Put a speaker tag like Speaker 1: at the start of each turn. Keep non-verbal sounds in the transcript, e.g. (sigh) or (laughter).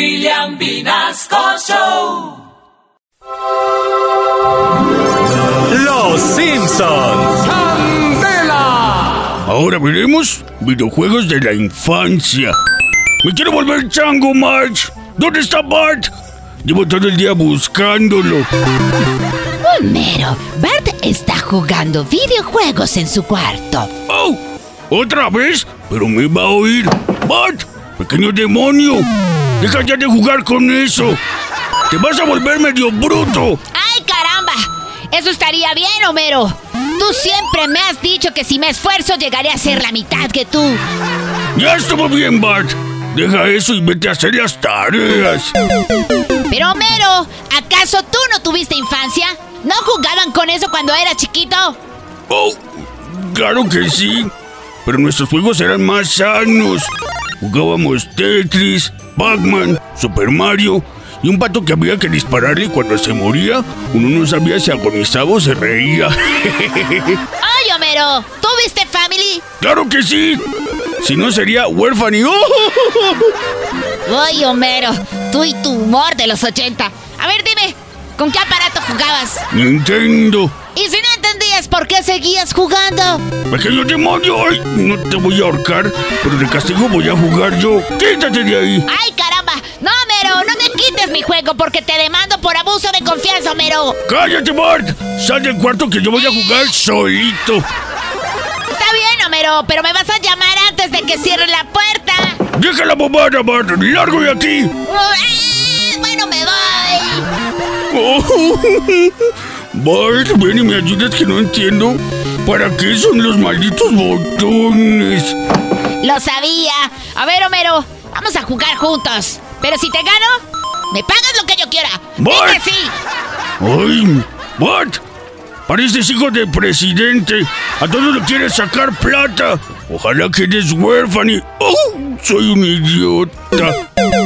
Speaker 1: William Vinasco Show.
Speaker 2: Los Simpsons.
Speaker 3: Ahora veremos videojuegos de la infancia. Me quiero volver chango, March. ¿Dónde está Bart? Llevo todo el día buscándolo.
Speaker 4: Homero, Bart está jugando videojuegos en su cuarto.
Speaker 3: ¡Oh! ¿Otra vez? Pero me va a oír. ¡Bart! ¡Pequeño demonio! ¡Deja ya de jugar con eso! ¡Te vas a volver medio bruto!
Speaker 4: ¡Ay, caramba! Eso estaría bien, Homero. Tú siempre me has dicho que si me esfuerzo llegaré a ser la mitad que tú.
Speaker 3: ¡Ya estuvo bien, Bart! Deja eso y vete a hacer las tareas.
Speaker 4: Pero, Homero, ¿acaso tú no tuviste infancia? ¿No jugaban con eso cuando era chiquito?
Speaker 3: Oh, claro que sí. Pero nuestros juegos eran más sanos. Jugábamos Tetris, Pac-Man, Super Mario y un pato que había que dispararle y cuando se moría, uno no sabía si agonizaba o se reía. (laughs)
Speaker 4: ¡Ay, Homero! ¿Tuviste family?
Speaker 3: ¡Claro que sí! Si no sería huérfano (laughs) y...
Speaker 4: ¡Ay, Homero! Tú y tu humor de los 80. A ver, dime, ¿con qué aparato jugabas?
Speaker 3: ¡Nintendo!
Speaker 4: Y si no entendías por qué seguías jugando.
Speaker 3: ¡Pequeño demonio! ¡Ay! No te voy a ahorcar, pero de castigo voy a jugar yo. ¡Quítate de ahí!
Speaker 4: ¡Ay, caramba! ¡No, Homero! ¡No me quites mi juego porque te demando por abuso de confianza, Homero!
Speaker 3: ¡Cállate, Bart! ¡Sal del cuarto que yo voy a jugar solito!
Speaker 4: Está bien, Homero, pero me vas a llamar antes de que cierre la puerta.
Speaker 3: ¡Deja la bobada, Bart! ¡Largo de aquí! (laughs)
Speaker 4: ¡Ah! Bueno, me voy.
Speaker 3: Oh, Bart, ven y me ayudas que no entiendo. ¿Para qué son los malditos botones?
Speaker 4: Lo sabía. A ver, Homero, vamos a jugar juntos. Pero si te gano, me pagas lo que yo quiera.
Speaker 3: Voy.
Speaker 4: ¡Dime sí!
Speaker 3: ¡Ay! ¡Bart! Pareces hijo de presidente. A todos le quieres sacar plata. Ojalá que eres huérfano. y- ¡Oh! Soy un idiota.